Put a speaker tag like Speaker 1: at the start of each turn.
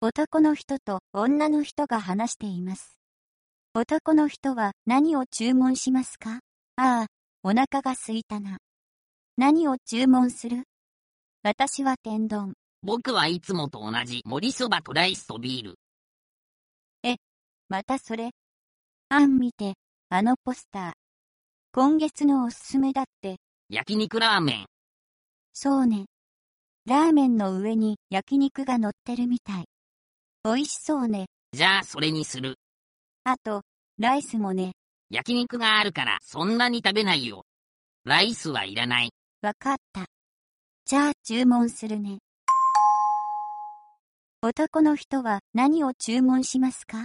Speaker 1: 男の人と女の人が話しています。男の人は何を注文しますかああ、お腹が空いたな。何を注文する私は天丼。
Speaker 2: 僕はいつもと同じ森そばとライスとビール。
Speaker 1: え、またそれ。あん見て、あのポスター。今月のおすすめだって。
Speaker 2: 焼肉ラーメン。
Speaker 1: そうね。ラーメンの上に焼肉が乗ってるみたい。美味しそうね。
Speaker 2: じゃあそれにする。
Speaker 1: あと、ライスもね。
Speaker 2: 焼肉があるからそんなに食べないよ。ライスはいらない。
Speaker 1: わかった。じゃあ注文するね。男の人は何を注文しますか